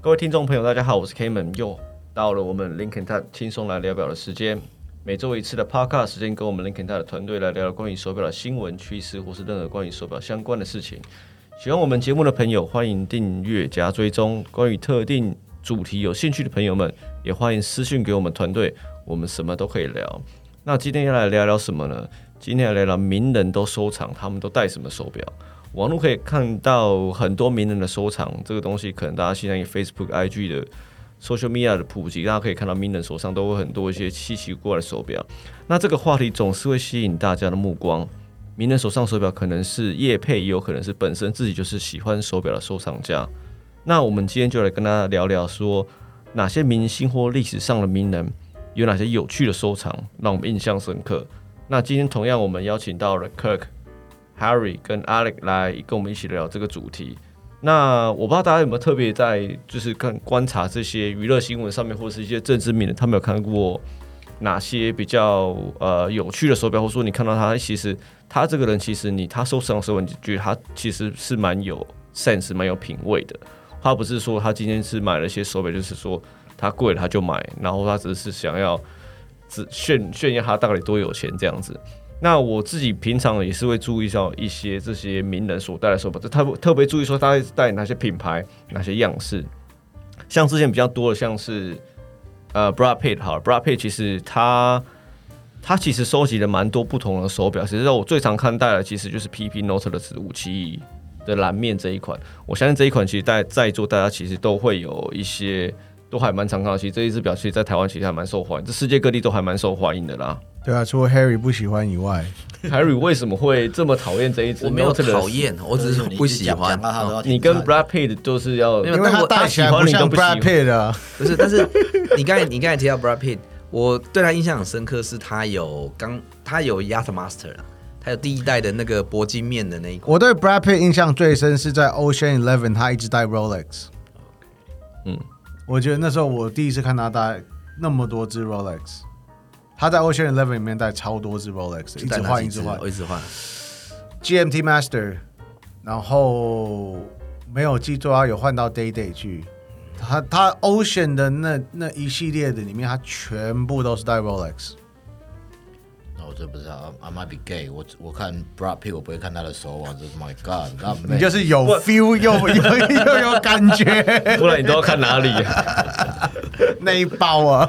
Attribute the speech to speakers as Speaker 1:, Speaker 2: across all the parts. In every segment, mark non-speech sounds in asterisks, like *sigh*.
Speaker 1: 各位听众朋友，大家好，我是 Kman，又到了我们 Lincoln 他轻松来聊表的时间。每周一次的 Podcast 时间，跟我们 Lincoln 他的团队来聊聊关于手表的新闻、趋势，或是任何关于手表相关的事情。喜欢我们节目的朋友，欢迎订阅加追踪。关于特定主题有兴趣的朋友们，也欢迎私讯给我们团队，我们什么都可以聊。那今天要来聊聊什么呢？今天要聊聊名人都收藏，他们都戴什么手表。网络可以看到很多名人的收藏，这个东西可能大家现在以 Facebook、IG 的 social media 的普及，大家可以看到名人手上都会很多一些稀奇古怪的手表。那这个话题总是会吸引大家的目光。名人手上手表可能是业配，也有可能是本身自己就是喜欢手表的收藏家。那我们今天就来跟大家聊聊说，哪些明星或历史上的名人有哪些有趣的收藏，让我们印象深刻。那今天同样我们邀请到了 Kirk。Harry 跟 Alex 来跟我们一起聊这个主题。那我不知道大家有没有特别在就是看观察这些娱乐新闻上面，或者是一些政治名人，他们有看过哪些比较呃有趣的手表，或者说你看到他其实他这个人其实你他收藏的时候，你就觉得他其实是蛮有 sense、蛮有品味的。他不是说他今天是买了一些手表，就是说他贵了他就买，然后他只是想要只炫炫耀他到底多有钱这样子。那我自己平常也是会注意到一些这些名人所戴的手表，就特特别注意说他戴哪些品牌、哪些样式。像之前比较多的，像是呃 Brad Pitt 好了，Brad Pitt 其实他他其实收集了蛮多不同的手表，其实我最常看戴的其实就是 PP Note 的五七的蓝面这一款。我相信这一款其实在在座大家其实都会有一些都还蛮常看到，其实这一只表其实在台湾其实还蛮受欢迎，这世界各地都还蛮受欢迎的啦。
Speaker 2: 对啊，除了 Harry 不喜欢以外，
Speaker 1: *laughs* Harry 为什么会这么讨厌这一只？
Speaker 3: 我没有
Speaker 1: Nautilus
Speaker 3: 讨，厌，我只是不喜欢
Speaker 2: 啊
Speaker 3: 嗯
Speaker 4: 讲。到他都要
Speaker 1: 你跟 Brad Pitt 就是要
Speaker 3: 没有
Speaker 2: 因为
Speaker 3: 但
Speaker 2: 他
Speaker 3: 我
Speaker 2: 戴起来
Speaker 1: 啊他喜欢
Speaker 2: 不
Speaker 1: 你都
Speaker 2: 像
Speaker 1: 不喜欢
Speaker 2: Brad Pitt 啊。
Speaker 3: 不是，但是你刚才你刚才提到 Brad Pitt，我对他印象很深刻，是他有刚他有 Yachtmaster 啊，他有第一代的那个铂金面的那一款。
Speaker 2: 我对 Brad Pitt 印象最深是在 Ocean Eleven，他一直戴 Rolex。
Speaker 1: 嗯
Speaker 2: 嗯，我觉得那时候我第一次看他戴那么多只 Rolex，他在 Ocean Eleven 里面戴超多只 Rolex，一
Speaker 3: 就戴
Speaker 2: 直
Speaker 3: 那
Speaker 2: 换
Speaker 3: 几
Speaker 2: 一直
Speaker 3: 只哦
Speaker 2: 换
Speaker 3: 我一直换。
Speaker 2: GMT Master，然后没有记错，他啊有换到 Day Day 去。他他 Ocean 的那那一系列的里面，他全部都是戴 Rolex。
Speaker 4: 那我真哦不知道，I might be gay 我。我看 Brad Pitt，我不会看他的手腕，这是 My God，那
Speaker 2: 你
Speaker 4: 没
Speaker 2: 就是有 feel 又又又有感
Speaker 1: *laughs*
Speaker 2: 觉
Speaker 1: 不然你都要看哪里、
Speaker 2: *laughs*
Speaker 1: 啊？
Speaker 2: 那一包啊！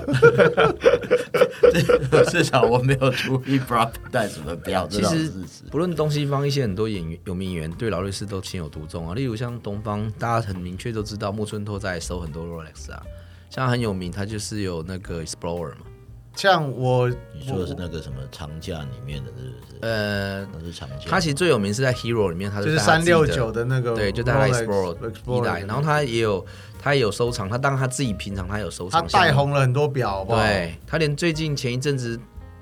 Speaker 4: 至少我没有注意 Brad Pitt 戴什么表，
Speaker 3: 其
Speaker 4: 这倒是
Speaker 3: 实
Speaker 4: 事实。
Speaker 3: 不论东西方，一些很多演员有名演员对劳力士都情有独钟啊。例如像东方，大家很明确都知道木村拓哉收很多 Rolex 啊，像很有名，他就是有那个 Explorer 嘛。
Speaker 2: *laughs* 像我
Speaker 4: 你说的是那个什么长假里面的，是不是？
Speaker 3: 呃，
Speaker 4: 那是长假。
Speaker 3: 他其实最有名是在 Hero 里面，他
Speaker 2: 就是
Speaker 3: 戴他
Speaker 2: 三
Speaker 3: 自己的
Speaker 2: 六九的那个，
Speaker 3: 对，就戴他 Explorer 一代，然后他也有他也有收藏，他当然他自己平常他有收
Speaker 2: 他
Speaker 3: 藏，
Speaker 2: 带
Speaker 3: 像
Speaker 2: 红啊了很多表，好不好？
Speaker 3: 对他连最近前一阵子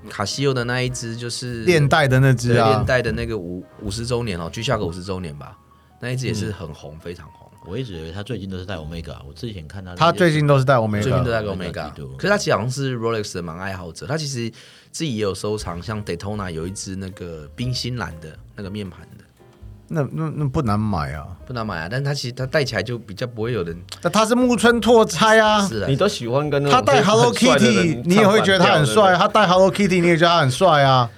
Speaker 3: 卡西欧的那一只就是
Speaker 2: 链带的那只
Speaker 3: 对
Speaker 2: 啊
Speaker 3: 链，带的那个五五十周年哦，居下个五十周年吧，那一只也
Speaker 2: 嗯
Speaker 3: 是很红，非常红。
Speaker 4: 我一直以为他最近都是戴 Omega，我之前看他的
Speaker 2: 他最近都是戴我没
Speaker 3: 最近都
Speaker 2: 的。
Speaker 3: 在跟
Speaker 4: 那个
Speaker 3: Omega，
Speaker 4: 帝都
Speaker 3: 可是他其实好像是 Rolex 的蛮爱好者，他其实自己也有收藏，像 Daytona 有一只那个冰心蓝的那个面盘的，
Speaker 2: 那那那不难买啊！
Speaker 3: 不难买啊，但他其实他戴起来就比较不会有人
Speaker 2: 那他是木村拓哉啊，
Speaker 3: 是啊
Speaker 1: 你，都喜欢跟那种
Speaker 2: 他戴
Speaker 1: 很
Speaker 2: Hello
Speaker 1: 帅的人
Speaker 2: Kitty，你也会觉得他很帅；。啊他戴 Hello Kitty，你也觉得他很帅啊。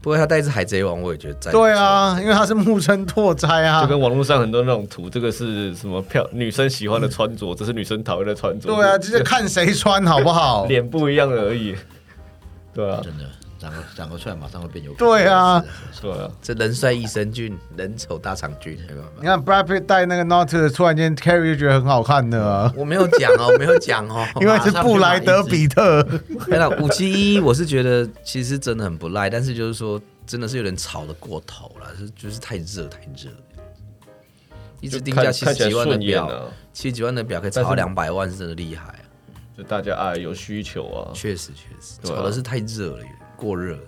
Speaker 3: 不过他戴一只海贼王，我也觉得在
Speaker 2: 对啊，因为他是木村拓哉
Speaker 1: 唱反调的人就
Speaker 2: 啊。
Speaker 1: 跟网络上很多那种图，这个是什么漂女生喜欢的穿着，这是女生讨厌的穿着。？
Speaker 2: 对啊，就是看谁穿好不好
Speaker 1: 脸不一样而已。对啊，
Speaker 4: 真的长个长个帅，马上会变有。
Speaker 2: 对啊，
Speaker 1: 对啊，
Speaker 3: 这人帅益生菌，人丑大肠菌，没办法
Speaker 2: 你。看 Brad Pitt 戴那个 Nautilus，突然间 Carrie 就觉得很好看的啊、
Speaker 3: 我没有讲哦，我没有
Speaker 1: *laughs*
Speaker 3: 讲哦。
Speaker 2: 因
Speaker 3: *laughs*
Speaker 2: 为是布莱德比特。
Speaker 3: 那五七一，我是觉得其实真的很不赖，但是就是说真的是有点吵得过头了，是就是太热太热了。一直定价
Speaker 1: 看
Speaker 3: 七
Speaker 1: 看
Speaker 3: 十
Speaker 1: 起来
Speaker 3: 几万的
Speaker 1: 顺眼
Speaker 3: 表，
Speaker 1: 啊，
Speaker 3: 七十几万的表可以炒到两百万，是真的厉害啊！
Speaker 1: 就大家爱有需求啊。
Speaker 3: 确实确实，
Speaker 1: 对啊
Speaker 3: 炒的是太热了，有点过热了。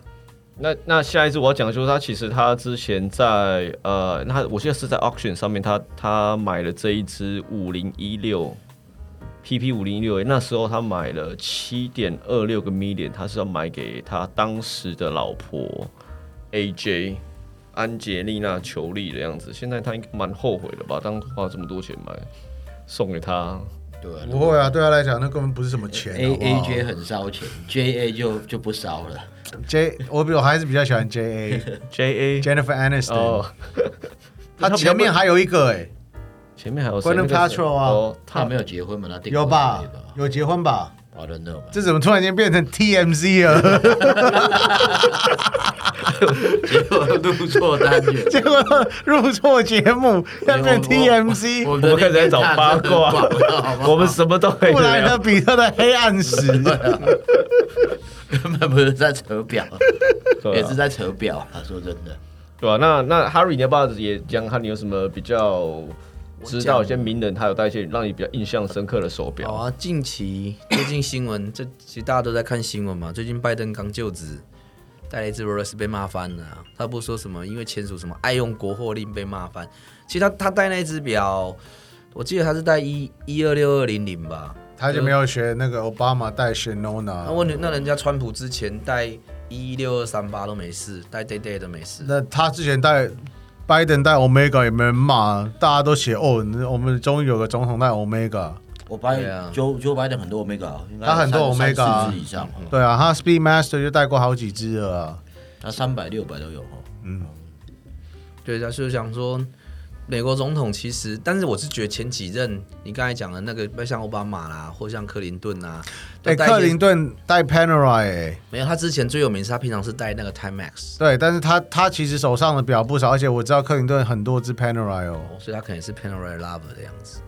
Speaker 1: 那那下一次我要讲的就是他，其实他之前在呃，那他我记得是在 auction 上面，他他买了这一只五零一六 PP 五零一六，那时候他买了七点二六个 million，他是要买给他当时的老婆 AJ 安杰丽娜裘丽的样子。现在他应该蛮后悔的吧，当初花这么多钱买，送给他
Speaker 4: 对啊
Speaker 2: 不会啊，对他来讲那根本不是什么钱
Speaker 4: ，A
Speaker 2: 好不好
Speaker 4: A J 很烧钱，J A 就就不烧了。
Speaker 2: J，我比我还是比较喜欢 J A
Speaker 1: J A
Speaker 2: Jennifer Aniston，、
Speaker 1: 哦，
Speaker 2: 他前面还有一个哎、
Speaker 1: 前面还有谁
Speaker 2: Gwyneth
Speaker 1: 那个是
Speaker 2: Paltrow 啊
Speaker 1: 哦
Speaker 4: 他
Speaker 1: 他
Speaker 4: 没有结婚嘛？他订
Speaker 2: 有
Speaker 4: 婚
Speaker 2: 吧
Speaker 4: 而已吧？
Speaker 2: 有结婚吧？
Speaker 4: ？I don't know 嘛。
Speaker 2: 这怎么突然间变成 TMZ 了？
Speaker 4: 结果录错单元，
Speaker 2: 结果入错节目，要变 TMZ，
Speaker 4: 我
Speaker 1: 我们开始在找八卦
Speaker 4: 我们的电台真的很广好不，
Speaker 1: *laughs*
Speaker 4: 好
Speaker 1: 我们什么都可以
Speaker 2: 布莱
Speaker 1: 聊
Speaker 2: 德。比特的黑暗史。
Speaker 4: 根本不是在扯表，
Speaker 1: 对啊
Speaker 4: 也是在扯表。他说真的，
Speaker 1: 对吧、那那 Harry，你要不要也讲看你有什么比较知道一些名人，他有带一些让你比较印象深刻的手
Speaker 3: 好
Speaker 1: 表？
Speaker 3: 啊，近期最近新闻，这其实大家都在看新闻嘛。最近拜登刚就职，带了一只 Rolex 被骂翻了啊、他不说什么，因为签署什么爱用国货令被骂翻。其实他他戴那只表，我记得他是戴一一二六二零零吧。
Speaker 2: 他就没有学那个奥巴马带 Shinona，
Speaker 3: 那问题，那人家川普之前戴一六二三八都没事，戴 Day Day 都没事。
Speaker 2: 那他之前带拜登带 Omega 也没人骂，大家都写哦，我们终于有个总统带 Omega。
Speaker 4: 我白
Speaker 3: 对啊
Speaker 4: 九九白的很多 omega，应该
Speaker 2: 他很多
Speaker 4: 三
Speaker 2: omega 啊
Speaker 4: 三四只以上哦，
Speaker 2: 对啊，他 Speedmaster 就带过好几只了啊。
Speaker 4: 他三百六百都有哦。
Speaker 3: 对，他就是想说，美国总统其实，但是我是觉得前几任，你刚才讲的那个，像奥巴马啦，或像克林顿啊，
Speaker 2: 哎、
Speaker 3: 都戴一些
Speaker 2: 克林顿带 Panerai，、欸、
Speaker 3: 没有，他之前最有名是他平常是戴那个 Timex，
Speaker 2: 对，但是他他其实手上的表不少，而且我知道克林顿很多只 Panerai 哦，
Speaker 3: 所以他可能是 Panerai lover 的样子。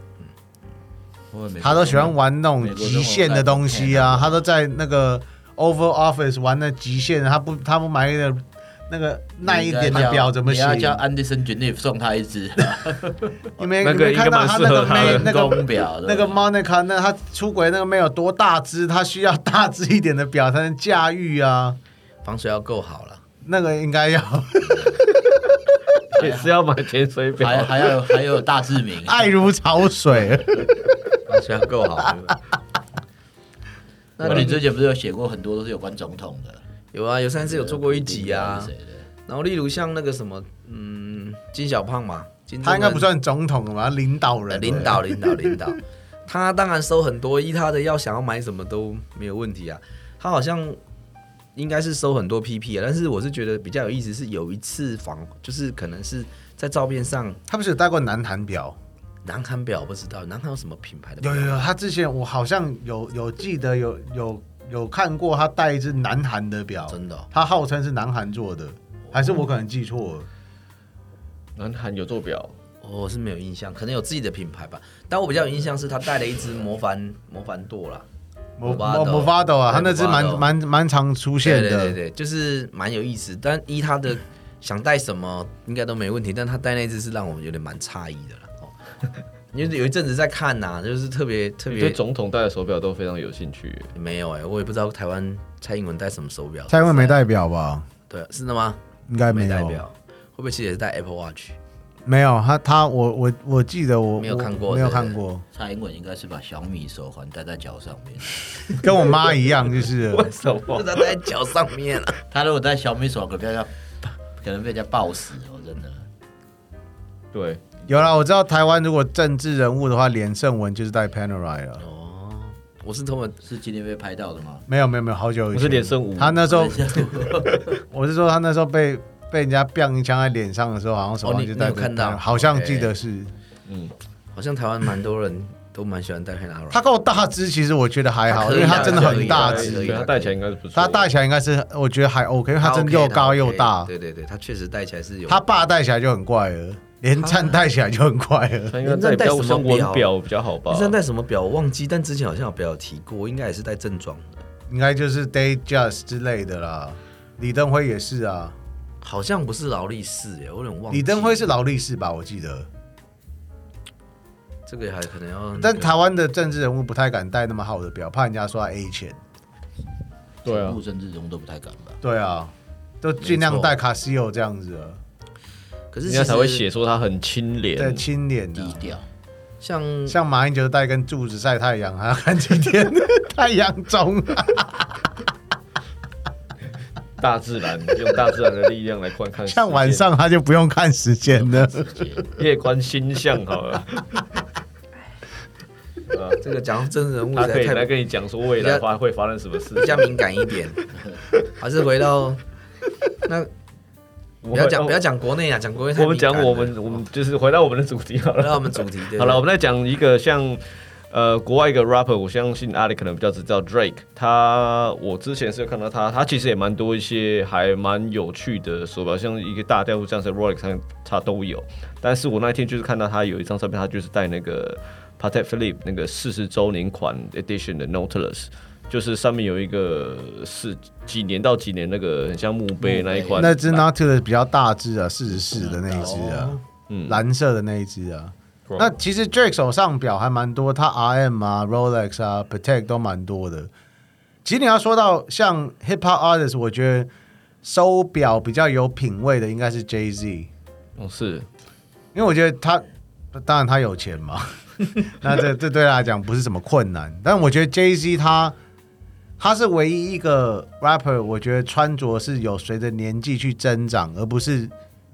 Speaker 4: 会不会美国
Speaker 2: 他都喜欢玩那种
Speaker 4: 美国
Speaker 2: 极限的东西啊，他都在那个 Oval Office 玩那极限，啊他不他不买那个那个耐一点的表怎么
Speaker 4: 你
Speaker 2: 行
Speaker 4: 要？叫 Anderson Geneve 送他一只
Speaker 2: 你没
Speaker 1: 那
Speaker 2: 你
Speaker 1: 个
Speaker 2: 没看到他那个
Speaker 1: 应该蛮适合
Speaker 2: 妹
Speaker 1: 他的
Speaker 2: 那个
Speaker 4: 公表
Speaker 3: 呃
Speaker 4: 的，
Speaker 2: 那个 Monica，那她出轨那个妹有多大只？她需要大只一点的表才能驾驭啊。
Speaker 3: 防水要够好
Speaker 2: *laughs*
Speaker 3: 了，
Speaker 2: 那个应该
Speaker 3: *laughs*
Speaker 2: 要
Speaker 1: *laughs* 也是要买潜水表，
Speaker 4: 还还要还有大志
Speaker 2: *laughs*
Speaker 4: 明，
Speaker 2: 爱如潮水。
Speaker 3: 防水要够好。对吧
Speaker 4: 那你之前不是有写过很多都是有关总统的？
Speaker 3: 有啊，有上次有做过一集
Speaker 2: *laughs*
Speaker 3: 啊
Speaker 4: 是，谁的
Speaker 3: 然后例如像那个什么，嗯，金小胖嘛，金正
Speaker 2: 他
Speaker 3: 恩
Speaker 2: 应该不算总统吧？领导人，
Speaker 3: 领导，领导，
Speaker 2: *laughs*
Speaker 3: 领导。他当然收很多，依他的要想要买什么都没有问题啊。他好像应该是收很多 PP 啊，但是我是觉得比较有意思是有一次访，就是可能是在照片上，
Speaker 2: 他不是有戴过南韩表？
Speaker 3: 南韩表不知道南韩有什么品牌的表
Speaker 2: 有有有，他之前我好像有有记得有有有看过他戴一只南韩的表，
Speaker 3: 真的哦、哦
Speaker 2: 他号称是南韩做的，还是我可能记错了？
Speaker 1: 南韩有做表，
Speaker 3: 我哦是没有印象，可能有自己的品牌吧。但我比较有印象是他带了一只魔凡魔凡舵啦，
Speaker 2: 摩
Speaker 3: Movado
Speaker 2: 摩发斗啊，
Speaker 3: 对
Speaker 2: 他那只蛮
Speaker 3: Movado
Speaker 2: 蛮蛮常出现
Speaker 3: 对对对
Speaker 2: 的。
Speaker 3: 对，就是蛮有意思。但依他的想带什么应该都没问题，但他带那只是让我们有点蛮诧异的了。哦， *laughs* 因为有一阵子在看呐、就是特别特
Speaker 1: 你对
Speaker 3: 别
Speaker 1: 总统戴的手表都非常有兴趣。
Speaker 3: 没有哎、我也不知道台湾蔡英文戴什么手表。
Speaker 2: 蔡英文没，戴表吧？
Speaker 3: 对，啊是的吗？
Speaker 2: 应该没
Speaker 3: 啊戴
Speaker 2: 有。
Speaker 3: 表，会不会其实也是戴 Apple Watch？
Speaker 2: 没有，他他我我我记得我
Speaker 3: 没有看过
Speaker 2: 我没有
Speaker 3: 对不对
Speaker 2: 看过，
Speaker 4: 蔡英文应该是把小米手环戴在脚上面，
Speaker 2: 跟我妈一样，就是
Speaker 3: *laughs*
Speaker 2: 了
Speaker 1: 为什
Speaker 3: 不
Speaker 1: 么
Speaker 3: 知？道戴在脚上面啊了、
Speaker 4: 他如果戴小米手环，可能被人家可能被人家爆死哦，真的。
Speaker 1: 对，
Speaker 2: 有啦。我知道台湾如果政治人物的话，连胜文就是戴 Panerai 了。
Speaker 3: 哦，我是他们
Speaker 4: 是今天被拍到的吗？
Speaker 2: 没有没有没有，好久以前
Speaker 1: 我是连胜武
Speaker 2: 他那时候
Speaker 4: 我
Speaker 2: 我是说他那时候被被人家砰一枪在脸上的时候，好像手
Speaker 3: 哦
Speaker 2: 上
Speaker 3: 你
Speaker 2: 就戴
Speaker 3: 你有看
Speaker 2: Panerai，
Speaker 3: 到
Speaker 2: 好像
Speaker 3: OK
Speaker 2: 记得是。
Speaker 1: 嗯，
Speaker 3: 好像台湾蛮多人都蛮喜欢戴 p a n a r
Speaker 2: 他够大只，其实我觉得还好，
Speaker 3: 他可
Speaker 2: 因
Speaker 3: 以
Speaker 2: 为
Speaker 3: 啊
Speaker 2: 他真的很大
Speaker 3: 可以啊可
Speaker 2: 只
Speaker 3: 以，
Speaker 1: 对他戴起来应该是不错。
Speaker 2: 他戴起来应该是我觉得还 OK，因为他真的
Speaker 3: OK，
Speaker 2: 又
Speaker 3: 他
Speaker 2: 高
Speaker 3: OK，
Speaker 2: 又大。
Speaker 3: 对对对，他确实戴起来是有
Speaker 2: 他爸戴起来就很怪了，连战戴起来就很怪了。
Speaker 1: 他应该戴比较像
Speaker 3: 你知道戴什
Speaker 1: 文
Speaker 3: 么
Speaker 1: 表比较好吧
Speaker 3: 你？知道戴什么表？我忘记，但之前好像有表有提过，应该也是戴正装的，
Speaker 2: 应该就是 day just 之类的啦。李登辉也是啊，
Speaker 3: 好像不是劳力士耶，我有点忘记。
Speaker 2: 李登辉是劳力士吧？我记得，
Speaker 3: 这个还可能要，
Speaker 2: 但台湾的政治人物不太敢戴那么好的表，怕人家说他 A 钱。
Speaker 1: 对啊
Speaker 4: 陆，政治中都不太敢吧？
Speaker 2: 对啊，都尽量戴卡西欧这样子啊，
Speaker 3: 可是
Speaker 1: 人
Speaker 3: 其
Speaker 1: 家
Speaker 3: 实
Speaker 1: 才会写说他很清
Speaker 2: 对，
Speaker 1: 廉。
Speaker 2: 清廉
Speaker 4: 低
Speaker 2: 啊。
Speaker 4: 调，
Speaker 3: 像
Speaker 2: 像马英九戴跟柱子晒太阳，还
Speaker 3: *laughs*
Speaker 2: 要看几天太阳中、
Speaker 1: 大自然用大自然的力量来观看世界，
Speaker 2: 像晚上他就不用看时间了。
Speaker 4: 直接
Speaker 1: *laughs* 夜观星象好了。
Speaker 3: 这个讲到真人物
Speaker 1: 他
Speaker 3: 实
Speaker 1: 可
Speaker 3: 在
Speaker 1: 以来
Speaker 3: 太
Speaker 1: 跟你讲说未来发会发生什么事。
Speaker 3: 比较敏感一点，还是回到那
Speaker 1: *laughs* 我
Speaker 3: 不要讲
Speaker 1: 哦
Speaker 3: 不要讲国内啊，讲国内太
Speaker 1: 我们讲
Speaker 3: 敏感了
Speaker 1: 我们我们就是回到我们的主题好
Speaker 3: 回
Speaker 1: 了。
Speaker 3: 到我们主题对
Speaker 1: 好了，我们再讲一个像呃国外一个 rapper，我相信阿里可能比较知道 Drake。他我之前是有看到他，他其实也蛮多一些还蛮有趣的手表，像一个大调度这样子 Rolex 上他都有。但是我那一天就是看到他有一张照片，他就是戴那个 Patek Philippe 那个四十周年款 Edition 的 Nautilus。就是上面有一个是几年到几年那个很像墓碑
Speaker 4: 墓碑
Speaker 1: 那一款，
Speaker 2: 那只 Nautilus 比较大只啊，四十四的那一只啊，
Speaker 1: 嗯
Speaker 2: 蓝色的那一只啊。那其实 Drake 手上表还蛮多，他 RM 啊、Rolex 啊、Patek 都蛮多的。其实你要说到像 Hip Hop Artist，我觉得手表比较有品味的应该是 Jay Z，因
Speaker 1: 哦是
Speaker 2: 为我觉得他当然他有钱嘛， *laughs* 那这这对他来讲不是什么困难。但我觉得 Jay Z 他他是唯一一个 rapper，我觉得穿着是有随着年纪去增长，而不是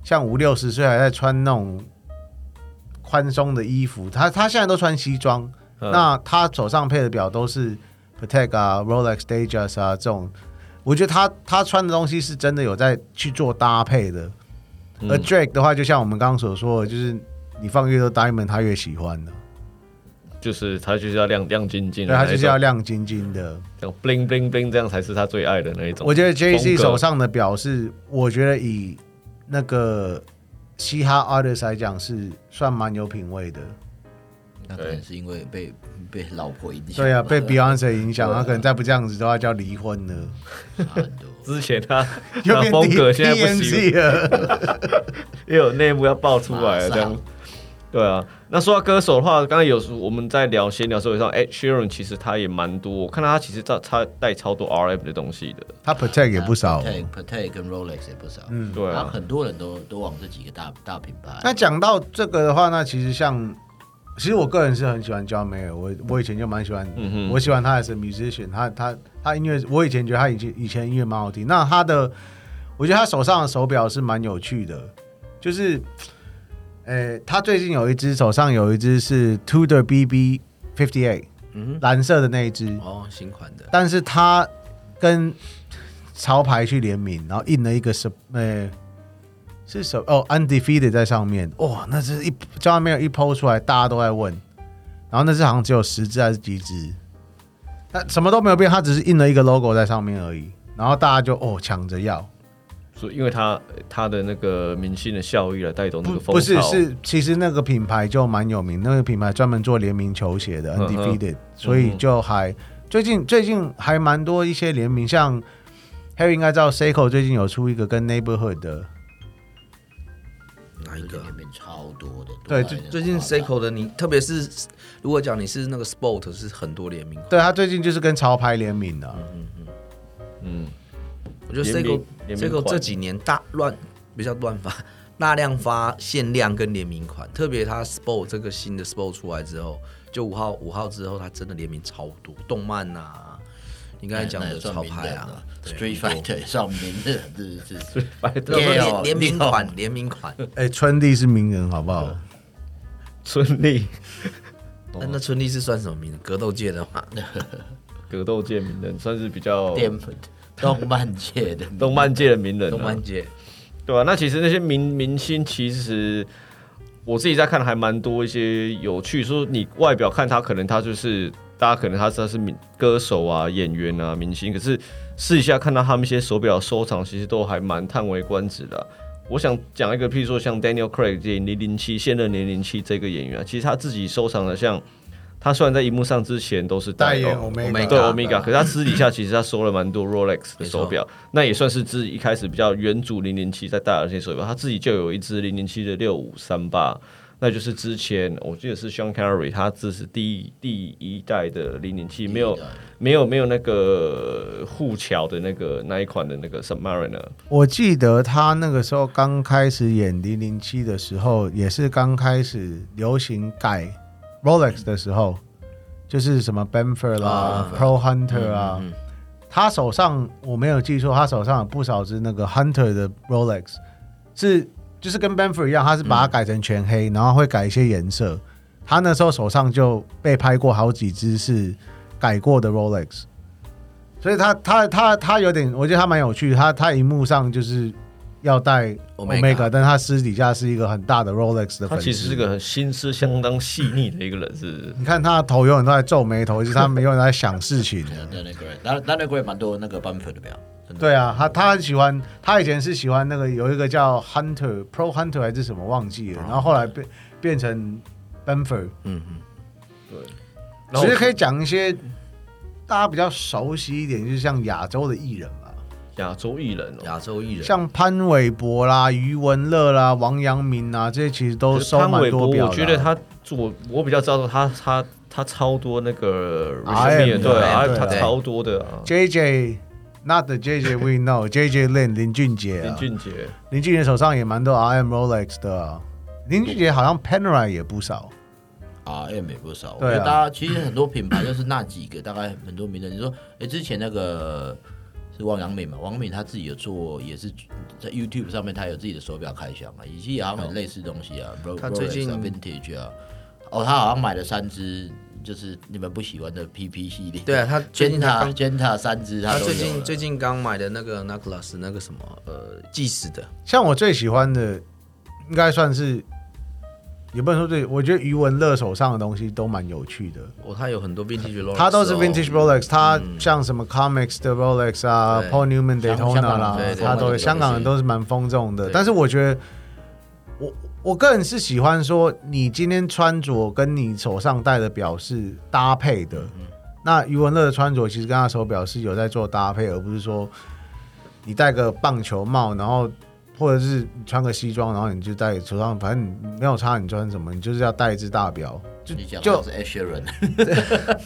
Speaker 2: 像五六十岁还在穿那种宽松的衣服。他他现在都穿西装，
Speaker 1: 嗯
Speaker 2: 那他手上配的表都是 Patek 啊、Rolex、Datejust 啊这种。我觉得他他穿的东西是真的有在去做搭配的。
Speaker 1: 嗯
Speaker 2: 而 Drake 的话，就像我们刚刚所说的，就是你放越多 diamond，他越喜欢的，
Speaker 1: 就是他就是要亮亮晶晶
Speaker 2: 对，
Speaker 1: 的那
Speaker 2: 他
Speaker 1: 一种，
Speaker 2: 就是要亮晶晶的。
Speaker 1: 这样 bling bling bling 这样才是他最爱的那一种。
Speaker 2: 我觉得 J C
Speaker 1: 风格
Speaker 2: 手上的表是，我觉得以那个嘻哈 artist 来讲是算蛮有品味的。
Speaker 4: 那可能是因为被被老婆影响吧，
Speaker 2: 对啊，被 Beyonce 影响，
Speaker 4: 对啊
Speaker 2: 他可能再不这样子的话就要离婚
Speaker 1: *laughs*
Speaker 2: 了，
Speaker 4: 差很多。
Speaker 1: 之前他
Speaker 2: *laughs* 又
Speaker 1: 他
Speaker 2: 变
Speaker 1: 风
Speaker 2: D
Speaker 1: 格现在不
Speaker 2: D N
Speaker 1: 行，
Speaker 2: C 了。
Speaker 1: 又有内幕要爆出来了
Speaker 4: 马上
Speaker 1: 这样。对啊，那说到歌手的话，刚才有时候我们在聊闲聊的时候也说，哎、s h e r o n 其实他也蛮多，我看到他其实他他带超多 RF 的东西的，
Speaker 2: 他 Protect 也不少。
Speaker 4: Patek Patek 跟 Rolex 也不少，嗯，
Speaker 1: 对
Speaker 4: 然后
Speaker 1: 啊，
Speaker 4: 很多人都都往这几个大大品牌。
Speaker 2: 那讲到这个的话，那其实像，其实我个人是很喜欢 John Mayer，我我以前就蛮喜欢，
Speaker 1: 嗯哼
Speaker 2: 我喜欢他也是 musician，他他他音乐，我以前觉得他以前以前音乐蛮好听。那他的，我觉得他手上的手表是蛮有趣的，就是，呃，他最近有一只手上有一只是 Tudor BB Fifty Eight，
Speaker 3: 嗯
Speaker 2: 蓝色的那一只，
Speaker 3: 哦新款的
Speaker 2: 但是他跟潮牌去联名，然后印了一个什呃是什哦 undefeated 在上面，哇、那是一叫他没有一抛出来，大家都在问，然后那只好像只有十只还是几只，那什么都没有变，他只是印了一个 logo 在上面而已，然后大家就哦抢着要，
Speaker 1: 所以因为他他的那个明星的效益来带动那
Speaker 2: 不
Speaker 1: 个风潮，
Speaker 2: 不是是其实那个品牌就蛮有名，那个品牌专门做联名球鞋的
Speaker 1: 嗯哼
Speaker 2: undefeated，、所以就还最近最近还蛮多一些联名，像 Harry 应该知道 Seiko 最近有出一个跟 Neighborhood 的，
Speaker 3: 哪一个啊？
Speaker 4: 里面超多的，
Speaker 2: 对
Speaker 4: 哎多到有点
Speaker 3: 最近
Speaker 4: 夸张
Speaker 3: Seiko 的你，特别是如果讲你是那个 Sport，是很多联名款。
Speaker 2: 对他最近就是跟潮牌联名啊的、
Speaker 1: 嗯，
Speaker 3: 我觉得
Speaker 1: 联名
Speaker 3: Seiko
Speaker 1: 联名
Speaker 3: Seiko
Speaker 1: 款
Speaker 3: 这几年大乱，比较乱发，大量发限量跟联名款，特别它 Sport 这个新的 Sport 出来之后，就五号五号之后，它真的联名超多，动漫呐、你刚才讲
Speaker 4: 那
Speaker 3: 的
Speaker 4: 也算
Speaker 3: 潮
Speaker 4: 名
Speaker 3: 牌
Speaker 4: 人
Speaker 3: 啊
Speaker 4: 了，Street Fighter 哎啊也算名人，真是是
Speaker 3: 对我说联
Speaker 4: Gale，
Speaker 3: 联名款，联名款，
Speaker 4: 哦
Speaker 2: 哎、春丽是名人好不好？
Speaker 1: 嗯春丽
Speaker 3: 那那春丽是算什么名字？格斗界的
Speaker 4: *laughs*
Speaker 3: 嘛，
Speaker 1: 格斗界名人，算是比较
Speaker 4: 电动漫界的
Speaker 1: 动漫界的名人、啊，
Speaker 3: 动漫界。
Speaker 1: 对啊吧、那其实那些明明星，其实我自己在看还蛮多一些有趣，说你外表看他，可能他就是大家可能他他是明歌手啊、演员啊、明星，可是试一下看到他们一些手表收藏，其实都还蛮叹为观止的啊、我想讲一个，譬如说像 Daniel Craig 这零零七现任零零七这个演员啊，其实他自己收藏的像。他虽然在荧幕上之前都是
Speaker 2: 代
Speaker 1: 戴
Speaker 2: 言
Speaker 1: 哦
Speaker 2: Omega，
Speaker 1: 对
Speaker 3: Omega
Speaker 1: Omega，可是他私底下其实他收了蛮多 Rolex 的
Speaker 3: 没错
Speaker 1: 手表，那也算是自己一开始比较原主零零七在戴的那些手表，他自己就有一只零零七的六五三八，那就是之前我记得是 Sean Connery，他这是第一第一代的零零七，没有没有没有那个护桥的那个那一款的那个 Submariner，
Speaker 2: 我记得他那个时候刚开始演零零七的时候，也是刚开始流行改 Rolex 的时候，就是什么 Benfer 啦、
Speaker 3: 啊
Speaker 2: Pro Hunter 啊，他手上我没有记错，他手上有不少只那个 Hunter 的 Rolex，是就是跟 Benfer 一样，他是把它改成全黑，然后会改一些颜色。他那时候手上就被拍过好几只是改过的 Rolex，所以他他他他有点，我觉得他蛮有趣的。他他荧幕上就是要戴
Speaker 3: Omega
Speaker 2: Omega，但他私底下是一个很大的 Rolex 的
Speaker 1: 他
Speaker 2: 粉丝。
Speaker 1: 其实是个很心思相当细腻的一个人，是不是？
Speaker 2: 你看他的头永远都在皱眉头，就是他永远都在想事
Speaker 1: *laughs*
Speaker 2: 情。
Speaker 4: Daniel Gray，那 Daniel Gray 蛮多那个班粉的表，真的
Speaker 2: 对啊，他他很喜欢，他以前是喜欢那个有一个叫 Hunter Pro Hunter 还是什么忘记
Speaker 1: 哦
Speaker 2: 了，然后后来变变成 Benfer，
Speaker 3: 嗯嗯，
Speaker 1: 然后
Speaker 2: 其实可以讲一些大家比较熟悉一点，就是像亚洲的艺人嘛，
Speaker 1: 亚洲艺人
Speaker 4: 啊
Speaker 1: 哦，
Speaker 3: 亚洲艺人，
Speaker 2: 像潘玮柏啦、余文乐啦、王阳明啊，这些其实都收
Speaker 1: 潘
Speaker 2: 蛮
Speaker 1: 玮柏，
Speaker 2: 多表
Speaker 1: 我
Speaker 2: 的啊。
Speaker 1: 觉得他做我比较知道他他他超多那个
Speaker 2: RM
Speaker 1: 对啊，
Speaker 2: 对
Speaker 1: 他
Speaker 3: 对
Speaker 1: 超多的啊，
Speaker 2: J J。Not the J J we know
Speaker 1: *laughs*
Speaker 2: J J Lin 林俊杰、
Speaker 1: 林
Speaker 2: 啊，
Speaker 1: 俊杰
Speaker 2: 林俊杰手上也蛮多 R M Rolex 的啊、林俊杰好像 Panerai 也不少，
Speaker 4: ，RM 也不少。我
Speaker 2: 对啊
Speaker 4: 觉得大家其实很多品牌就是那几个，大概很多名人。你说，哎，之前那个是王阳明嘛？王阳明他自己有做，也是在 YouTube 上面他有自己的手表开箱啊，以及也好像很类似的东西啊。Ro-
Speaker 3: 哦他最
Speaker 4: Rolex
Speaker 3: 近
Speaker 4: 啊 Vintage 啊，哦，他好像买了三只，就是你们不喜欢的 PP 系列。
Speaker 3: 对啊，他最近他
Speaker 4: Genta
Speaker 3: 刚
Speaker 4: Genta 三只，
Speaker 3: 他
Speaker 4: 都
Speaker 3: 最
Speaker 4: 有
Speaker 3: 近
Speaker 4: 了
Speaker 3: 最近刚买的那个 n a c l a s 那个什么呃计时的，
Speaker 2: 像我最喜欢的，应该算是，也不能说最，我觉得余文乐手上的东西都蛮有趣的。
Speaker 3: 哦，他有很多 vintage Rolex，
Speaker 2: 他都是
Speaker 3: 哦
Speaker 2: vintage Rolex，他像什么 Comics 的 Rolex 啊
Speaker 3: 对
Speaker 2: ，Paul Newman
Speaker 4: 香香
Speaker 2: Daytona
Speaker 4: 港
Speaker 2: 啦
Speaker 3: 对，对
Speaker 2: 他
Speaker 3: 对
Speaker 2: 都
Speaker 4: 对
Speaker 2: 香港人都是蛮风纵的。但是我觉得，我我个人是喜欢说，你今天穿着跟你手上戴的表是搭配的。那余文乐的穿着其实跟他手表是有在做搭配，而不是说你戴个棒球帽，然后或者是你穿个西装，然后你就戴手上，反正你没有差你穿什么，你就是要戴一只大表，就
Speaker 4: 你讲
Speaker 2: 就
Speaker 4: 的是 a s h e r a n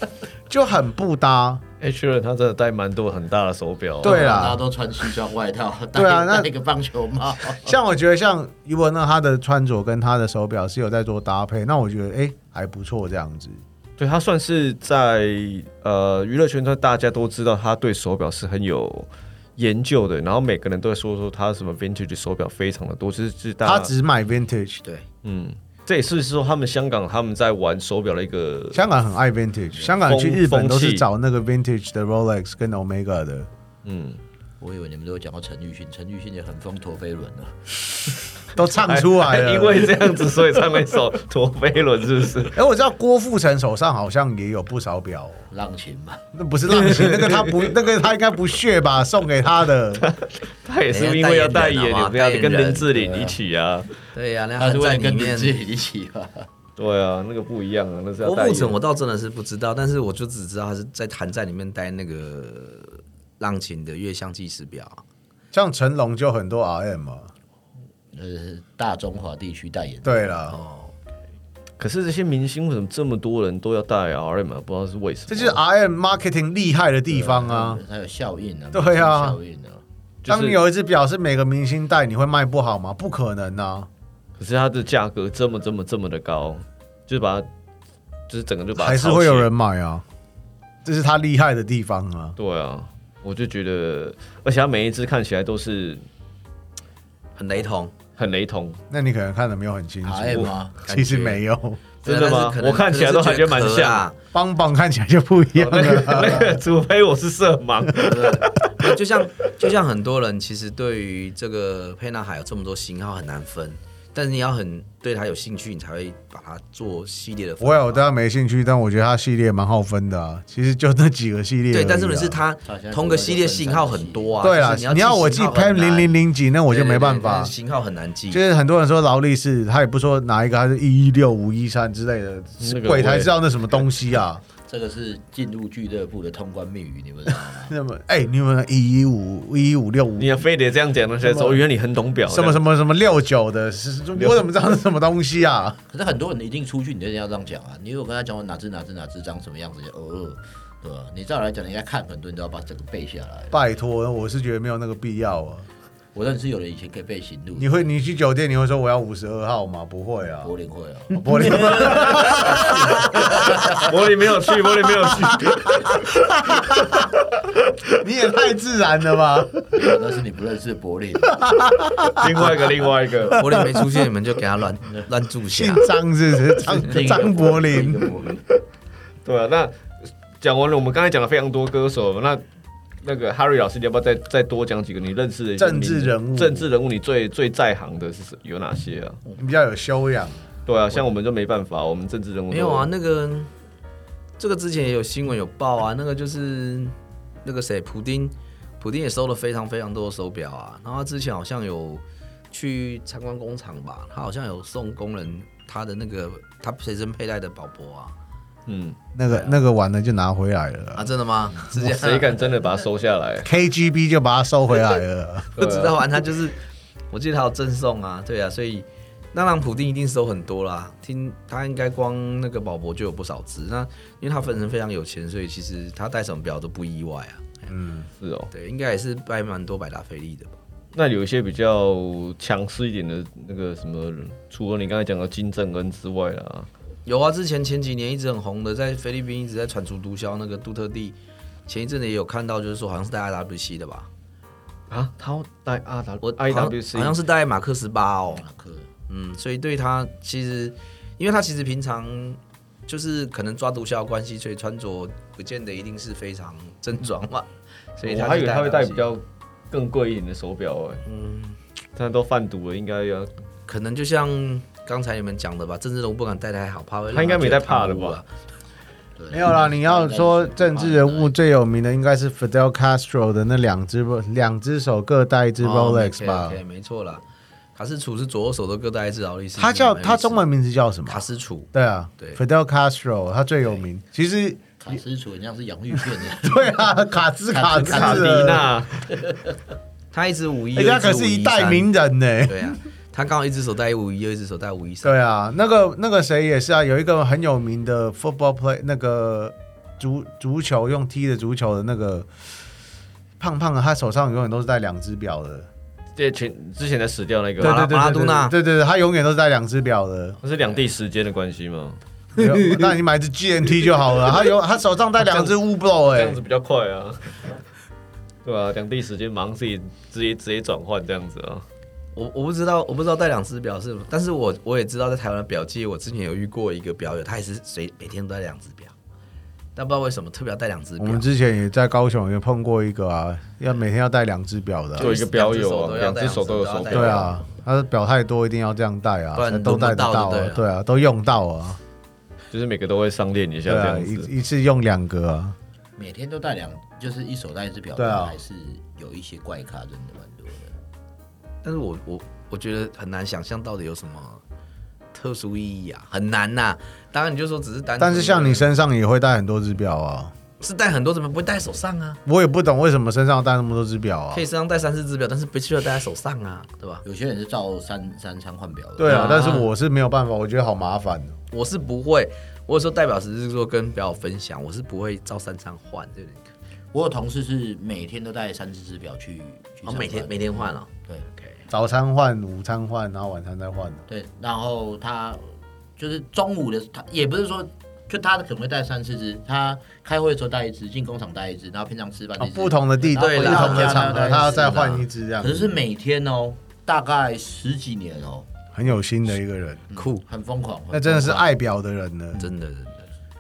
Speaker 2: 就很不搭。
Speaker 1: H 人他真的戴蛮多很大的手表，啊
Speaker 2: 对
Speaker 3: 啊
Speaker 4: 大
Speaker 2: 啦
Speaker 4: 家，都穿西装外套，
Speaker 2: 对啊那
Speaker 4: 戴戴个棒球帽，
Speaker 2: 像我觉得像余文乐他的穿着跟他的手表是有在做搭配，那我觉得哎、还不错这样子。
Speaker 1: 对他算是在呃娱乐圈中大家都知道他对手表是很有研究的，然后每个人都在说说他什么 vintage 手表非常的多，就是就是大
Speaker 2: 他
Speaker 1: 家
Speaker 2: 只买 vintage，
Speaker 3: 对，
Speaker 1: 嗯，这也是说他们香港他们在玩手表的一个
Speaker 2: 香港很爱 vintage，香港去日本
Speaker 1: 风
Speaker 2: 都是
Speaker 1: 气
Speaker 2: 找那个 vintage 的 Rolex 跟 Omega 的。
Speaker 1: 嗯，
Speaker 4: 我以为你们都有讲过陈奕迅，陈奕迅也很疯陀飞轮了。
Speaker 2: 都唱出来
Speaker 1: 还
Speaker 2: 了，
Speaker 1: *laughs* 因为这样子所以唱了一首 *laughs* 陀飞轮，是不是？
Speaker 2: 哎、我知道郭富城手上好像也有不少表哦、
Speaker 4: 浪琴
Speaker 2: *laughs*
Speaker 4: 嘛，
Speaker 2: 那不是
Speaker 1: *laughs*
Speaker 2: 浪琴，那个他不，那个他应该不屑吧？送给他的，
Speaker 1: 他也是因为要代言，
Speaker 3: 人家代言人好
Speaker 1: 你
Speaker 3: 吗
Speaker 1: 不要跟
Speaker 3: 代言人
Speaker 1: 林志玲一起啊？
Speaker 3: 对呀、那
Speaker 4: 他是为
Speaker 3: 在
Speaker 4: 了
Speaker 3: 里
Speaker 4: 跟林
Speaker 3: 面
Speaker 4: 志颖一起吧？
Speaker 1: 对啊，那个不一样啊，那是要
Speaker 3: 郭
Speaker 1: 代
Speaker 3: 富
Speaker 1: 言
Speaker 3: 城。我倒真的是不知道，但是我就只知道他是在韩战里面戴那个浪琴的月相计时表，
Speaker 2: 像成龙就很多啊 RM 嘛。
Speaker 4: 呃，大中华地区代言。
Speaker 2: 对了，
Speaker 1: 哦可是这些明星为什么这么多人都要戴 RM 啊？不知道是为什么。
Speaker 2: 这就是 RM marketing 厉害的地方啊。
Speaker 4: 它有效应啊，
Speaker 2: 对啊
Speaker 4: 效应啊。
Speaker 1: 就是
Speaker 2: 当你有一只表是每个明星戴，你会卖不好吗？不可能啊！
Speaker 1: 可是它的价格这么这么这么的高，就是把它，就是整个就把它
Speaker 2: 还是
Speaker 1: 炒
Speaker 2: 会
Speaker 1: 起
Speaker 2: 有
Speaker 1: 来
Speaker 2: 人买啊，这是他厉害的地方啊。
Speaker 1: 对啊，我就觉得，而且它每一只看起来都是
Speaker 3: 很雷同。
Speaker 1: 很雷
Speaker 2: *laughs*
Speaker 1: 同，
Speaker 2: 那你可能看的没有很清楚，
Speaker 4: RM 吗？
Speaker 2: 其实没有，
Speaker 1: 真的吗
Speaker 3: 但是可能
Speaker 1: 我看起来都
Speaker 3: 可能
Speaker 1: 还
Speaker 3: 是
Speaker 1: 觉得蛮像
Speaker 3: 壳啊
Speaker 2: 邦邦看起来就不一样
Speaker 1: 那
Speaker 3: *laughs*
Speaker 2: 了。
Speaker 1: 个那个，除非我是色盲，
Speaker 3: 那就像就像很多人其实对于这个沛纳海有这么多型号很难分，但是你要很对它有兴趣，你才会把它做系列的分。
Speaker 2: 我有对他没兴趣，但我觉得他系列蛮好分的啊。其实就那几个系列、啊
Speaker 3: 对，但是问题是，它
Speaker 4: 它现在
Speaker 3: 同个系列型号很多啊。
Speaker 2: 对
Speaker 3: 啊
Speaker 2: 啦，，你要我记 Pan
Speaker 3: 潘
Speaker 2: 零零，零几，那我就没办
Speaker 3: 对对对
Speaker 2: 法
Speaker 3: 但是。型号很难记。
Speaker 2: 就是很多人说劳力士，他也不说哪一个，他是一一六五一三之类的
Speaker 1: 那，个
Speaker 2: 鬼才
Speaker 1: 我也
Speaker 2: 知道那什么东西啊。？
Speaker 4: 这个是进入俱乐部的通关密语，你们知道吗 *laughs*
Speaker 2: 那么，哎、你有没有一一五一一五六五
Speaker 1: 你要啊非得这样讲的时候，哦原来你很懂表，
Speaker 2: 什么什么什么六九的？是是我怎么知道是什么东西啊？
Speaker 4: 可是很多人一定出去，你就一定要这样讲啊。你如果跟他讲我哪只哪只哪只长什么样子，就哦，哦对吧？你照来讲，人家看很多，你都要把整个背下来。
Speaker 2: 拜托，我是觉得没有那个必要啊。
Speaker 4: 我认识有人以前可以被行路，
Speaker 2: 你会你去酒店你会说我要五十二号吗？不会啊，
Speaker 4: 柏林会哦，
Speaker 2: 玻璃
Speaker 1: 柏林没有去，柏林没有去，
Speaker 2: *laughs* 你也太自然了吧？
Speaker 4: 那是你不认识柏林，
Speaker 1: 另外一个，另外一个，
Speaker 3: 柏林没出现，你们就给他
Speaker 1: *laughs*
Speaker 3: 乱乱注
Speaker 2: 姓
Speaker 3: 下。
Speaker 2: 张是不是？张 *laughs* 张柏林，
Speaker 1: 对啊，那讲完了，我们刚才讲了非常多歌手，那那个 Harry 老师，你要不要再再多讲几个你认识的一些
Speaker 2: 政治
Speaker 1: 名
Speaker 2: 人物
Speaker 1: 政治人物，你最最在行的是什有哪些啊？
Speaker 2: 你比较有修养。
Speaker 1: 对啊，像我们就没办法，我们政治人物都
Speaker 3: 没有啊，，那个这个之前也有新闻有报啊，那个就是那个谁，普丁，普丁也收了非常非常多的手表啊。然后他之前好像有去参观工厂吧，他好像有送工人他的那个他随身佩戴的宝珀啊
Speaker 1: 嗯，
Speaker 2: 那个那个完了就拿回来
Speaker 3: 啊，
Speaker 2: 了
Speaker 3: 真的吗？直接
Speaker 1: 谁敢真的把它收下来？
Speaker 2: ，KGB 就把它收回来了。
Speaker 3: *laughs* 不知道啊，他就是我记得他有赠送啊，对啊，所以那让普丁一定收很多啦。听他应该光那个宝珀就有不少只，那因为他本身非常有钱，所以其实他戴什么表都不意外啊。
Speaker 1: 是哦，
Speaker 3: 对，应该也是拜蛮多百达翡丽的吧。
Speaker 1: 那有一些比较强势一点的那个什么，除了你刚才讲的金正恩之外啦，
Speaker 3: 有啊，之前前几年一直很红的，在菲律宾一直在传出毒枭那个杜特地，前一阵子也有看到，就是说好像是带 IWC 的吧，
Speaker 1: 啊，他要带 R W
Speaker 3: 我
Speaker 1: I
Speaker 3: 好像
Speaker 1: W C，
Speaker 3: 好像是带马克十八哦，
Speaker 4: 马克
Speaker 3: 嗯，所以对他其实，因为他其实平常就是可能抓毒枭的关系，所以穿着不见得一定是非常正装嘛，所
Speaker 1: 嗯
Speaker 3: 以
Speaker 1: 我
Speaker 3: 他
Speaker 1: 还以
Speaker 3: 就
Speaker 1: 为他会戴
Speaker 3: IWC
Speaker 1: 比较更贵一点的手表哎、嗯，但都贩毒了，应该要
Speaker 3: 可能就像刚才你们讲的吧，政治人物不敢戴太好，怕会让
Speaker 1: 他应该没在
Speaker 3: 觉得贪
Speaker 1: 怕的
Speaker 3: 污
Speaker 1: 吧
Speaker 3: 啊
Speaker 4: 对
Speaker 2: 没有啦，你要说政治人物最有名的应该是 Fidel Castro 的那两只两只手各戴一只 Rolex 吧
Speaker 3: 对、o k o k 哦没错啦。卡斯楚是左右手都各戴一只劳力士。
Speaker 2: 他叫
Speaker 3: 是
Speaker 2: 他中文名字叫什么
Speaker 3: 卡？斯楚，
Speaker 2: 对啊
Speaker 3: 对
Speaker 2: ，Fidel Castro 他最有名。其实 *laughs*
Speaker 4: 卡斯楚，人家是洋芋片的，
Speaker 2: 对啊，卡兹卡兹
Speaker 1: 卡迪
Speaker 2: 的，
Speaker 1: 娜，
Speaker 3: 他一只五一，
Speaker 2: 人家哎可是一代名人
Speaker 3: 人。
Speaker 2: 呢。
Speaker 3: 对啊，他刚好一只手戴五一，又一只手戴五一三。
Speaker 2: 对啊，那个那个谁也是啊，有一个很有名的 football play 那个足足球用踢的足球的那个胖胖的，他手上永远都是戴两只表的。
Speaker 1: 这前之前才死掉那个
Speaker 2: 对
Speaker 1: 吧，
Speaker 2: 对对
Speaker 3: 马拉
Speaker 2: 对
Speaker 3: 多
Speaker 1: 啊
Speaker 3: 纳
Speaker 2: 对对对对，他永远都是戴两只
Speaker 1: *laughs*
Speaker 2: 表的。
Speaker 1: 那是两地时间的关系吗？
Speaker 2: 没有那你买只 GNT 就好了。他有他手上戴两只
Speaker 1: 这
Speaker 2: Ubro 哎、
Speaker 1: 样子比较快啊， *laughs* 对啊，两地时间忙自己直接直接转换这样子啊，
Speaker 3: 我我不知道，我不知道戴两只表是什么，但是我我也知道在台湾的表界，我之前有遇过一个表友，他也是随每天都戴两只表，但不知道为什么特别要戴两只
Speaker 2: 我
Speaker 3: 表。
Speaker 2: 们之前也在高雄也碰过一个啊，要每天要戴两只表的啊、
Speaker 1: 就有一个表友啊，两
Speaker 3: 两只
Speaker 1: 只
Speaker 3: 手
Speaker 1: 手都
Speaker 3: 都要
Speaker 1: 有
Speaker 3: 戴
Speaker 1: 手
Speaker 3: 两只手都要戴
Speaker 2: 对
Speaker 1: 表，
Speaker 2: 啊，他的表太多一定要这样戴啊，
Speaker 3: 不然
Speaker 2: 才
Speaker 3: 你
Speaker 2: 都戴得
Speaker 3: 弄不
Speaker 2: 到
Speaker 3: 到就对
Speaker 2: 啊
Speaker 3: 了，
Speaker 2: 对啊，都用到啊，
Speaker 1: 就是每个都会上链一下
Speaker 2: 对
Speaker 1: 这
Speaker 2: 啊，
Speaker 1: 样子。
Speaker 2: 一一次用两个啊。
Speaker 4: 每天都戴两，就是一手戴一只表，
Speaker 2: 对啊
Speaker 4: 还是有一些怪咖，真的蛮多的。
Speaker 3: 但是我我我觉得很难想象到底有什么特殊意义啊，很难呐、当然你就说只是单纯的，
Speaker 2: 但是像你身上也会戴很多只表啊，
Speaker 3: 是戴很多，怎么不会戴手上啊？
Speaker 2: 我也不懂为什么身上要戴那么多只表啊
Speaker 3: 可。以身上戴三四只表，但是不需要戴在手上啊， *laughs* 对吧？
Speaker 4: 有些人是照三三餐换表的，
Speaker 2: 对啊
Speaker 3: 啊，
Speaker 2: 但是我是没有办法，我觉得好麻烦哦。
Speaker 3: 我是不会，我有时候代表只是说跟表友分享，我是不会照三餐换，对不对？
Speaker 4: 我有同事是每天都带三四只表去，去
Speaker 3: 哦，
Speaker 4: 上
Speaker 3: 每天
Speaker 4: 班
Speaker 3: 每天换哦。
Speaker 4: 对
Speaker 3: OK，
Speaker 2: 早餐换，午餐换，然后晚餐再换。啊
Speaker 4: 对，然后他就是中午的，他也不是说。就他可能会带三四只，他开会的时候带一只，进工厂带一只，然后平常吃饭
Speaker 2: 啊
Speaker 4: 带一只、
Speaker 2: 不同的地
Speaker 4: 对
Speaker 2: 不
Speaker 4: 啦
Speaker 2: 同的场合，
Speaker 4: 对啦
Speaker 2: 他要再换一只这样
Speaker 4: 可。是是每天哦，大概十几年哦，
Speaker 2: 很有心的一个人，
Speaker 4: 嗯
Speaker 3: 酷，
Speaker 4: 很疯狂。很疯狂
Speaker 2: 那真的是。爱表的人呢。
Speaker 3: 真的真的。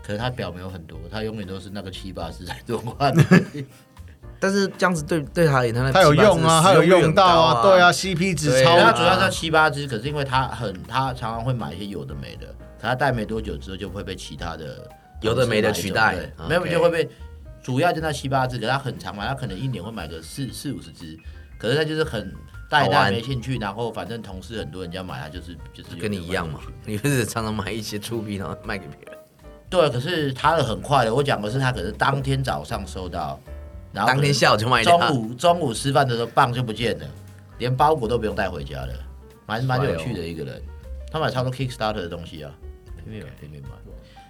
Speaker 4: 可是他表没有很多，他永远都是那个七八十在多
Speaker 2: *laughs*
Speaker 4: 换。
Speaker 3: 但是这样子对对他而言，他那
Speaker 2: 他有
Speaker 3: 七八
Speaker 2: 用啊，
Speaker 3: 只
Speaker 2: 他有
Speaker 3: 使率
Speaker 2: 用
Speaker 3: 很
Speaker 2: 到
Speaker 3: 高
Speaker 2: 啊，对啊，，CP 值超
Speaker 3: 对
Speaker 4: 他
Speaker 3: 啊
Speaker 4: 主要是七八只，可是因为他很，他常常会买一些有的没的，可他戴没多久之后就会被其他的
Speaker 3: 有的没的取代
Speaker 4: 对
Speaker 3: OK
Speaker 4: 没有就会被主要就那七八只，可是他很常买，他可能一年会买个四四五十只，可是他就是很戴一
Speaker 3: 好
Speaker 4: 戴
Speaker 3: 玩
Speaker 4: 没兴趣，然后反正同事很多人家买，他就是就是
Speaker 3: 跟你一样嘛，你不是常常买一些粗皮然后卖给别人，
Speaker 4: 对，啊可是他的很快的，我讲的是他可能当天早上收到，然后可
Speaker 3: 当
Speaker 4: 能
Speaker 3: 天下午就卖掉。
Speaker 4: 中午中午吃饭的时候棒就不见了，连包裹都不用带回家了，蛮蛮
Speaker 3: 哦
Speaker 4: 有趣的一个人。他买超多 Kickstarter 的东西啊，偏偏买，偏偏买。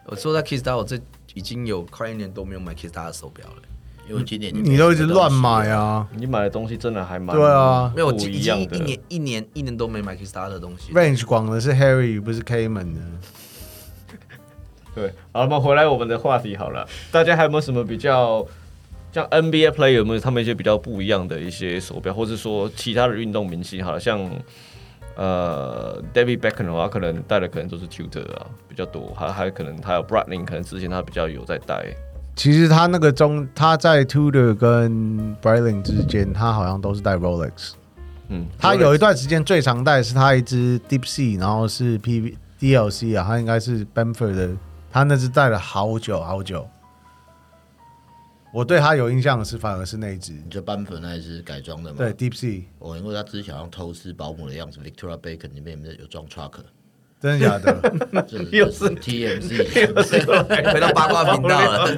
Speaker 3: 我说到 Kiss 达，我这已经有快一年多没有买 Kiss 达的手表了。
Speaker 4: 因为今年就没
Speaker 2: 你都一直
Speaker 4: 什么东
Speaker 2: 乱
Speaker 4: 西
Speaker 2: 买
Speaker 4: 了，
Speaker 2: 啊
Speaker 1: 你买的东西真的还蛮
Speaker 2: 对啊
Speaker 3: 没有，我
Speaker 1: 不
Speaker 3: 已
Speaker 1: 一
Speaker 3: 经
Speaker 1: 样
Speaker 3: 一
Speaker 1: 的。
Speaker 3: 年一年一年都没买 Kickstarter 的东西了。
Speaker 2: ，range 广的是 Harry 不是 Cayman 的，
Speaker 1: 对，好了，我们回来我们的话题好了。大家还有没有什么比较像 NBA player 有没有他们一些比较不一样的一些手表，或是说其他的运动明星？好了，像呃 David Beckham 的话，可能戴的可能都是 Tutor 啊比较多，还还可能还有 Bradley，可能之前他比较有在戴。
Speaker 2: 其实他那个中他在 Tudor 跟 Breitling 之间，他好像都是戴 Rolex。
Speaker 1: 嗯，
Speaker 2: 他有一段时间最常戴是他一只 Deep Sea，然后是 P V D L C 啊，他应该是 Benford 的，他那只戴了好久好久。我对他有印象的是，反而是那一只，
Speaker 4: 你就班粉那一只改装的嘛。
Speaker 2: 对 Deep Sea，
Speaker 4: 哦，因为他之前好像偷吃保姆的样子，Victoria Bacon 里面有装
Speaker 2: *laughs*
Speaker 4: truck，
Speaker 2: 真的假的？
Speaker 4: 这
Speaker 1: 又
Speaker 4: 是 TMZ，
Speaker 3: 回到八卦频
Speaker 1: *laughs*
Speaker 3: 道了，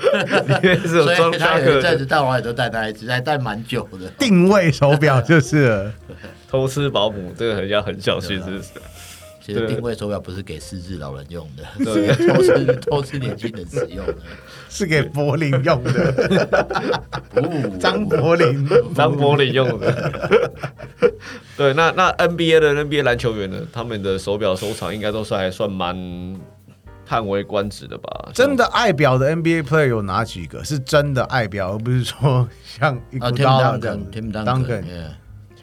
Speaker 1: 也是有
Speaker 4: 啊所
Speaker 1: 装
Speaker 4: 以他有一
Speaker 1: Tucker
Speaker 4: 阵子戴完也都戴那一只，还戴蛮久的。
Speaker 2: 定位手表就是了。
Speaker 1: 偷吃保姆，这个很要很小
Speaker 4: 啊
Speaker 1: 心，是不是？
Speaker 4: 其实
Speaker 1: 对
Speaker 4: 定位手表不是给失智老人用的， *laughs*
Speaker 1: 对
Speaker 4: 是偷吃偷吃年轻人使
Speaker 2: *laughs*
Speaker 4: 用的。
Speaker 2: 是给柏林用的， *laughs*
Speaker 4: 哦
Speaker 2: 张柏林。
Speaker 1: 张伯林用的。
Speaker 2: *laughs*
Speaker 1: 对，那那 NBA 的 NBA 篮球员呢，他们的手表收藏应该都是还算蛮叹为观止的吧？
Speaker 2: 真的爱表的 NBA player 有哪几个？是真的爱表，而不是说像一
Speaker 1: 哦
Speaker 4: 啊
Speaker 2: 股
Speaker 4: ，Tim
Speaker 2: 刀啊这样子。
Speaker 4: Duncan，Tim
Speaker 2: Duncan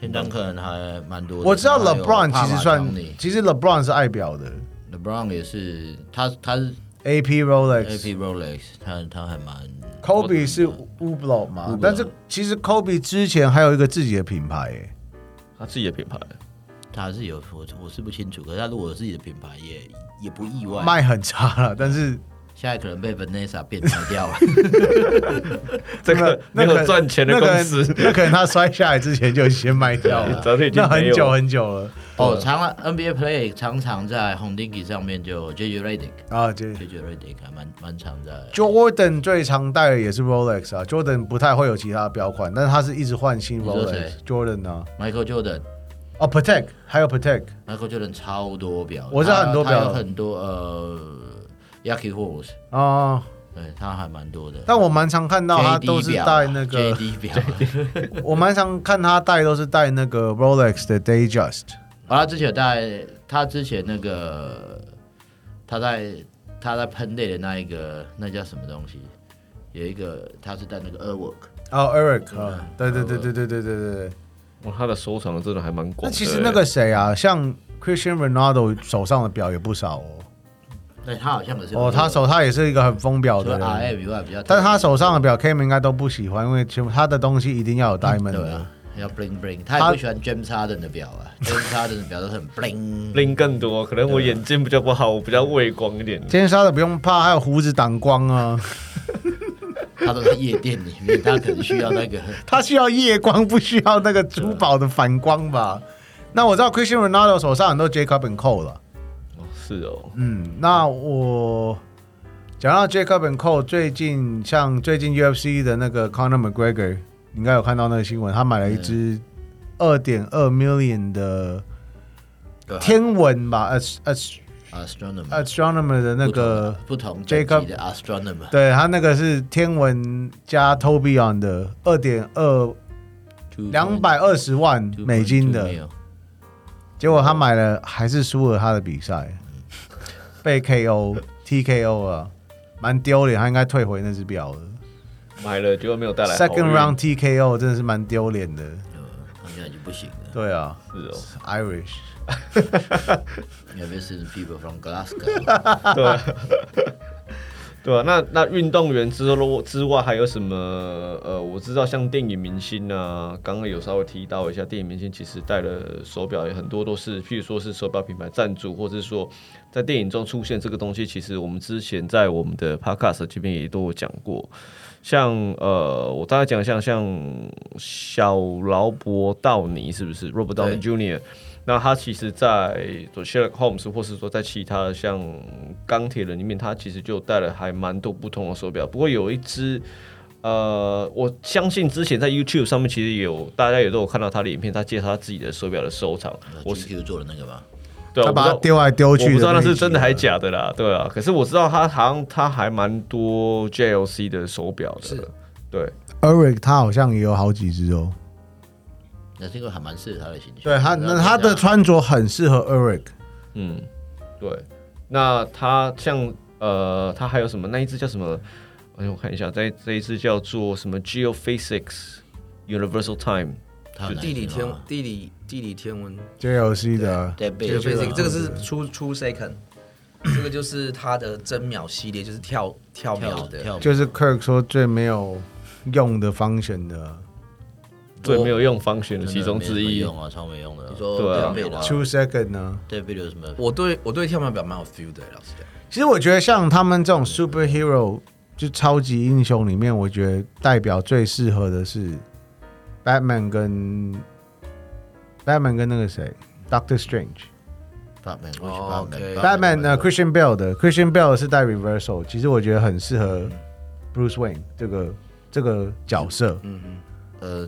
Speaker 4: Duncan，Tim Duncan 还蛮多的。
Speaker 2: 我知道
Speaker 4: 然后还有
Speaker 2: LeBron
Speaker 4: 帕
Speaker 2: 其实
Speaker 4: 马
Speaker 2: 算
Speaker 4: 唐尼，
Speaker 2: 其实 LeBron 是爱表的
Speaker 4: LeBron 也是，他他是
Speaker 2: ，AP
Speaker 4: AP
Speaker 2: Rolex。
Speaker 4: Rolex，他他还蛮
Speaker 2: Kobe 是 u b l o 嘛
Speaker 4: Hublot？
Speaker 2: 但是其实 Kobe 之前还有一个自己的品牌耶，
Speaker 1: 他自己的品牌，
Speaker 4: 他还是有我我是不清楚，可是他如果有自己的品牌也也不意外。
Speaker 2: 卖很差了，
Speaker 1: *laughs*
Speaker 2: 但是
Speaker 4: 现在可能被 Vanessa 变卖
Speaker 2: *laughs*
Speaker 4: 掉了，
Speaker 1: 这个没
Speaker 2: 那个
Speaker 1: 有赚钱的公司，
Speaker 2: 那可能那可能他摔下来之前就先卖掉
Speaker 1: *laughs* 早
Speaker 2: 了
Speaker 1: 就已，经
Speaker 2: 那
Speaker 1: 没
Speaker 2: 很
Speaker 1: 有
Speaker 2: 久
Speaker 1: 了
Speaker 2: 很久了
Speaker 4: 哦，常常 NBA play 常常在 h o n d i n g 上面就 JJ Redick，JJ
Speaker 2: 啊，就
Speaker 4: Redick 还蛮蛮常在。
Speaker 2: Jordan 最常戴的也是 Rolex 啊，Jordan 不太会有其他的表款，但是他是一直换新
Speaker 4: 你说谁
Speaker 2: Rolex。Jordan 啊，
Speaker 4: Michael Jordan，Michael
Speaker 2: 哦 Protect 还有 Protect，
Speaker 4: Jordan 超多表，
Speaker 2: 我知道
Speaker 4: 他
Speaker 2: 很多表
Speaker 4: 他有很多呃 Yaki Horse，
Speaker 2: 啊、
Speaker 4: 对他还蛮多的。
Speaker 2: 但我蛮常看到他都是戴那个， *laughs*
Speaker 4: JD 啊表啊，JD 表啊
Speaker 2: 我蛮常看他戴都是戴那个 Rolex 的 Dayjust。
Speaker 4: 好他之前有戴他之前那个他在他在喷泪的那一个那叫什么东西，有一个他是戴那个 Airwork，
Speaker 2: 哦，Eric
Speaker 4: 嗯
Speaker 2: 啊，对对对对对对对对对。
Speaker 1: 哇，他的收藏真的还蛮广的。
Speaker 2: 那其实那个谁啊，像 Christian Ronaldo 手上的表也不少哦。
Speaker 4: 那他好像也是
Speaker 2: 哦，他手他也是一个很风表
Speaker 4: 除
Speaker 2: 的
Speaker 4: 了
Speaker 2: 人，
Speaker 4: RM 以外比较特别，
Speaker 2: 但是他手上的表 K 们应该都不喜欢，因为全部他的东西一定要有 diamond
Speaker 4: 对
Speaker 2: 的。
Speaker 4: 啊，要 bling bling，他也不喜欢 James Harden 的表啊，James Harden 的表都很 bling。
Speaker 1: 拎更多，可能
Speaker 2: 啊
Speaker 1: 我眼睛比较不好，我比较畏光一点。
Speaker 2: 尖沙的不用怕，还有胡子挡光啊。 *laughs*
Speaker 4: 他都在夜店里面，他可能需要那个。
Speaker 2: 他需要夜光，不需要那个珠宝的反光吧？那我知道 Christian Ronaldo 手上很多 Jacob and Cole 了。
Speaker 1: 哦是哦，
Speaker 2: 嗯，那我讲到 Jacob and Cole，最近像最近 UFC 的那个 Conor McGregor，你应该有看到那个新闻，他买了一只二点二 million 的
Speaker 4: 啊
Speaker 2: 天文吧，as as
Speaker 4: 呃 astronomer
Speaker 2: astronomer 呃的那个，
Speaker 4: 不同等级
Speaker 2: Jacob-
Speaker 4: 的 astronomer，
Speaker 2: 对他那个是天文加 Toby on 的二点二两百二十万美金的。结果他买了，还是输了他的比赛，被 KO、TKO 啊，蛮丢脸。他应该退回那只表的。
Speaker 1: 买了结果没有带来好运。
Speaker 2: Second round TKO 真的是蛮丢脸的。
Speaker 4: 好像已呃经不行了。
Speaker 2: 对啊
Speaker 1: 是哦
Speaker 2: ，Irish。
Speaker 4: 因为是 people from
Speaker 2: *laughs*
Speaker 4: Glasgow，
Speaker 1: 哦， *laughs* 对啊，对啊。那那运动员之后之外还有什么？呃，我知道像电影明星啊，刚刚有稍微提到一下，电影明星其实戴的手表也很多都是，譬如说是手表品牌赞助，或者是说在电影中出现这个东西，其实我们之前在我们的 podcast 这边也都有讲过。像呃，我大概讲一下，像小劳勃道尼是不是 Robert Downey Jr.？那他其实，在做 Sherlock Holmes，或是说在其他的像钢铁人里面，他其实就带了还蛮多不同的手表。不过有一只，呃，我相信之前在 YouTube 上面其实有大家也都有看到他的影片，他介绍他自己的手表的收藏。我是
Speaker 4: GQ 做的那个嘛，
Speaker 1: 对啊，
Speaker 2: 他
Speaker 1: 我不
Speaker 2: 把
Speaker 1: 知
Speaker 2: 它
Speaker 1: 道
Speaker 2: 丢来丢去
Speaker 1: 我
Speaker 2: 的
Speaker 1: 不知道
Speaker 2: 那
Speaker 1: 那
Speaker 2: 一集
Speaker 1: 是真的还
Speaker 2: 啊
Speaker 1: 是假的啦，对啊。可是我知道他好像他还蛮多 JLC 的手表的，对，
Speaker 2: Eric 他好像也有好几只哦。
Speaker 4: 那这个还蛮适合他的形象。
Speaker 2: 对他，那
Speaker 4: 然后
Speaker 2: 他的
Speaker 4: 再加
Speaker 2: 穿着很适合 Eric。
Speaker 1: 嗯，对。那它像呃，它还有什么？那一只叫什么？哎，我看一下，这这一只叫做什么？Geophysics Universal Time。
Speaker 4: 他很难
Speaker 3: 地理
Speaker 4: 形
Speaker 3: 天
Speaker 4: 容啊
Speaker 3: 地理地理天文
Speaker 2: JLC 的，
Speaker 4: 对背
Speaker 3: 这个
Speaker 4: 景啊
Speaker 3: basic 这个是出出 second，这个就是它的真秒系列，就是跳跳秒
Speaker 4: 跳
Speaker 3: 的。
Speaker 4: 跳
Speaker 2: 就是 Kirk 说最没有用的 function 的啊哦
Speaker 1: 最没有用方
Speaker 4: 真
Speaker 1: 选的
Speaker 4: 的
Speaker 1: 其中
Speaker 4: 没什么
Speaker 1: 之一。
Speaker 4: 用啊，超没用的。
Speaker 3: 你说哦
Speaker 1: 对啊。
Speaker 3: 跳秒啊？
Speaker 2: two second 呢？
Speaker 4: 对背有什么？
Speaker 3: 我对我对跳秒表蛮有 feel 的，老实讲。
Speaker 2: 其实我觉得像他们这种 superhero 就超级英雄里面，我觉得代表最适合的是 Batman 跟 Batman 跟那个谁 Doctor Strange。
Speaker 4: Batman，我
Speaker 3: 哦
Speaker 4: 去
Speaker 3: OK
Speaker 2: Batman 呃呢 Christian Bale 的 Christian Bale 是带 reversal，其实我觉得很适合 Bruce Wayne 这个这个角色，
Speaker 4: 呃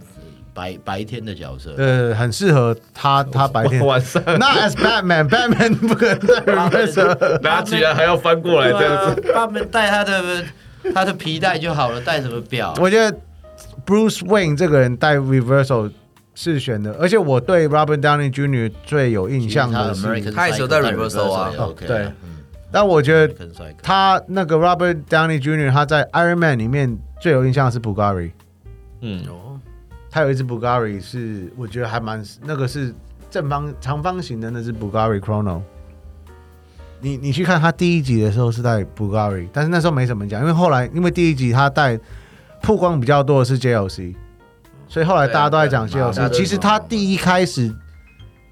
Speaker 4: 白白天的角色，
Speaker 2: 呃，很适合他他白
Speaker 1: *laughs*
Speaker 2: 天
Speaker 1: 晚上，
Speaker 2: Not as Batman，Batman 不可能带 reversal。
Speaker 1: 大家居然还要翻过
Speaker 2: *laughs*
Speaker 1: 来这
Speaker 2: 啊
Speaker 1: 样子。
Speaker 4: 子。Batman 带他的他的皮带就好了，带什么表？
Speaker 2: 我觉得 Bruce Wayne 这个人带 reversal 是选的，而且我对 Robert Downey Jr. 最有印象的
Speaker 4: 的
Speaker 2: 是，
Speaker 3: 他也是有带 reversal 啊
Speaker 4: ，OK，
Speaker 2: 对但我觉得
Speaker 4: ，American Psycho
Speaker 2: 他那个 Robert Downey Jr. 他在 Iron Man 里面最有印象的是 Bulgari。
Speaker 1: 嗯，
Speaker 3: 哦，
Speaker 2: 他有一只 Bulgari 是我觉得还蛮那个是正方长方形的那只 Bulgari Chrono。你你去看他第一集的时候是带 Bulgari，但是那时候没什么讲，因为后来因为第一集他带曝光比较多的是 JLC，所以后来大家都在讲
Speaker 4: 对啊
Speaker 2: JLC、
Speaker 4: 大家都
Speaker 2: 其实他第一开始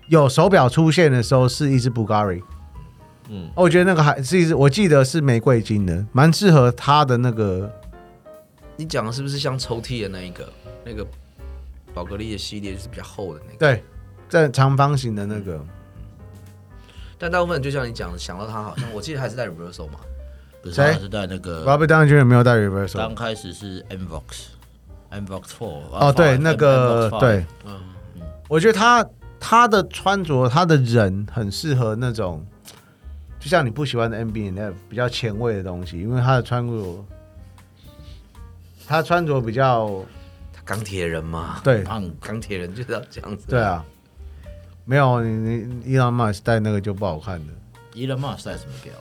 Speaker 2: 有手表出现的时候是一只 Bulgari，
Speaker 1: 嗯
Speaker 2: 嗯，我觉得那个还是一只，我记得是玫瑰金的，蛮适合他的那个
Speaker 3: 你讲的是不是像抽屉的那一个那个宝格丽的系列，就是比较厚的那个？
Speaker 2: 对正长方形的那个。
Speaker 3: 但大部分人就像你讲的，想到它好像我记得还是带 reversal 嘛。
Speaker 4: 不是，
Speaker 2: 谁
Speaker 4: 他是带那个
Speaker 2: Robert Downey Jr. 没有带 reversal。
Speaker 4: 刚开始是 Mvox，Mvox Four，
Speaker 2: 哦，对，那个对，，
Speaker 3: 嗯，
Speaker 2: 我觉得他他的穿着，他的人很适合那种，就像你不喜欢的 n b n f 比较前卫的东西，因为他的穿着，他穿着比较
Speaker 3: 他钢铁人嘛，
Speaker 2: 对
Speaker 4: 胖
Speaker 3: 钢铁人就是要这样子。
Speaker 2: 对，啊，没有你你 Elon Musk 戴那个就不好看的
Speaker 4: Elon Musk 带什么表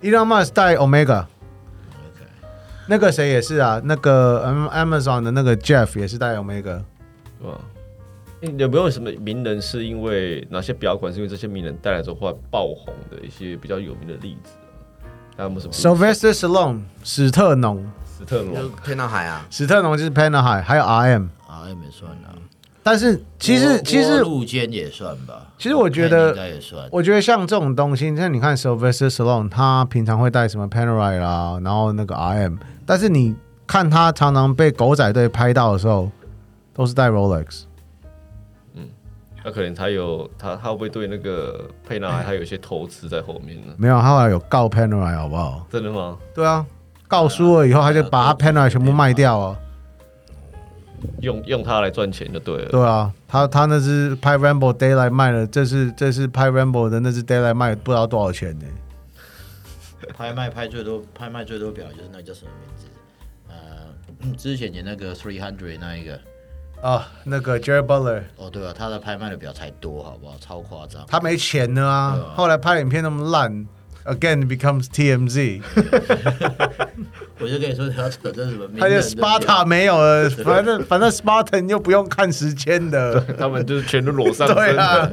Speaker 2: ，Elon Musk 戴 Omega。
Speaker 4: ？OK，
Speaker 2: 那个谁也是啊，那个嗯 Amazon 的那个 Jeff 也是戴 Omega，
Speaker 1: 对吧？诶有没有什么名人是因为哪些表馆是因为这些名人带来之后后来爆红的一些比较有名的例子啊？还有没有什么
Speaker 2: Sylvester Stallone、史特龙、
Speaker 1: 史特龙
Speaker 3: 就？天纳海啊，
Speaker 2: 史特龙就是 Panahai，还有 RM。
Speaker 4: 啊，也没算啊。
Speaker 2: 但是其实其
Speaker 4: 窝
Speaker 2: 实
Speaker 4: 路肩也算吧。
Speaker 2: 其实我觉得
Speaker 4: 应该也算。
Speaker 2: 我觉得像这种东西，像你看 Sylvester Stallone，他平常会带什么 Panerai 啦，然后那个 RM，但是你看他常常被狗仔队拍到的时候，都是戴 Rolex。
Speaker 1: 那可能他有他他会不会对那个佩纳
Speaker 2: 哎
Speaker 1: 还有一些投资在后面呢？
Speaker 2: 没有，他后来有告 Panerai 好不好？
Speaker 1: 真的吗？
Speaker 2: 对啊，呃告输了以后，他就把他
Speaker 4: 对啊
Speaker 2: Panerai 全部卖掉啊。
Speaker 1: 用用它来赚钱就对了。
Speaker 2: 对啊，他他那只拍 Rambo Daylight 卖了，这是这是拍 Rambo 的那只 Daylight 卖了不知道多少钱呢、
Speaker 4: 拍卖拍最多拍卖最多表就是那个叫什么名字？呃，之前演那个 Three Hundred 那一个，
Speaker 2: 啊，那个 Jerry Butler
Speaker 4: 哦对啊，他的拍卖的表才多，好不好？超夸张。
Speaker 2: 他没钱了啊，后来拍影片那么烂，again becomes TMZ，
Speaker 4: 我就跟你说，他扯这是什么名人的
Speaker 2: 他就
Speaker 4: 表？
Speaker 2: Sparta 没有了，反正反正 Spartan 又不用看时间的，
Speaker 1: 他们就是全都裸上身
Speaker 2: *laughs* 对啊
Speaker 1: 的，，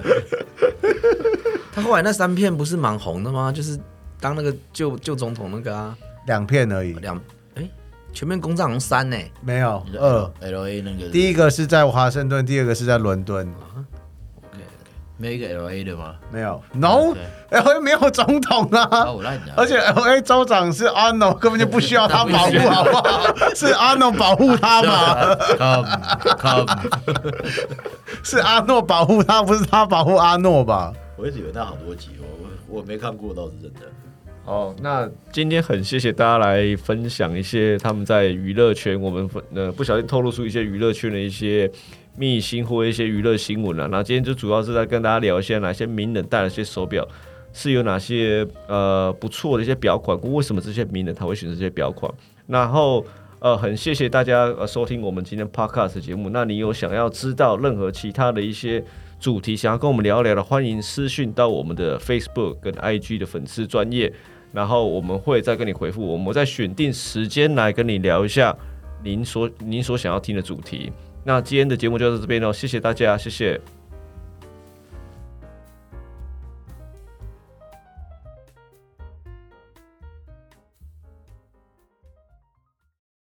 Speaker 3: 他后来那三片不是蛮红的吗？就是当那个旧旧总统那个啊，
Speaker 2: 两片而已，
Speaker 3: 两哎、全面攻占红三呢、
Speaker 2: 没有
Speaker 4: 你
Speaker 2: 二
Speaker 4: 说，L A 那个
Speaker 2: 第一个是在华盛顿，第二个是在伦敦，
Speaker 4: 没有一个 L A 的吗？
Speaker 2: 没有，no，
Speaker 4: 对
Speaker 2: 然后没有总统
Speaker 4: 啊，
Speaker 2: 啊。
Speaker 4: 我烂的。
Speaker 2: 而且 L A 州长是阿 o 根本就不需要他 *laughs* 保护，好不好？是阿 o 保护他嘛？
Speaker 4: Come come，
Speaker 2: *laughs* 是啊阿诺保护他，不是他保护阿诺吧？
Speaker 4: *laughs* 我一直以为那好多集，我我我没看过，倒是真的。
Speaker 1: 哦，那今天很谢谢大家来分享一些他们在娱乐圈，我们分呃不小心透露出一些娱乐圈的一些秘辛或一些娱乐新闻了、啊那今天就主要是在跟大家聊一下哪些名人戴了些手表，是有哪些呃不错的一些表款，为什么这些名人他会选择这些表款，然后。呃，很谢谢大家呃收听我们今天 podcast 的节目。那你有想要知道任何其他的一些主题，想要跟我们聊聊的，欢迎私讯到我们的 Facebook 跟 IG 的粉丝专业，然后我们会再跟你回复。我们再选定时间来跟你聊一下哦您所您所想要听的主题。那今天的节目就到这边喽，谢谢大家，谢谢，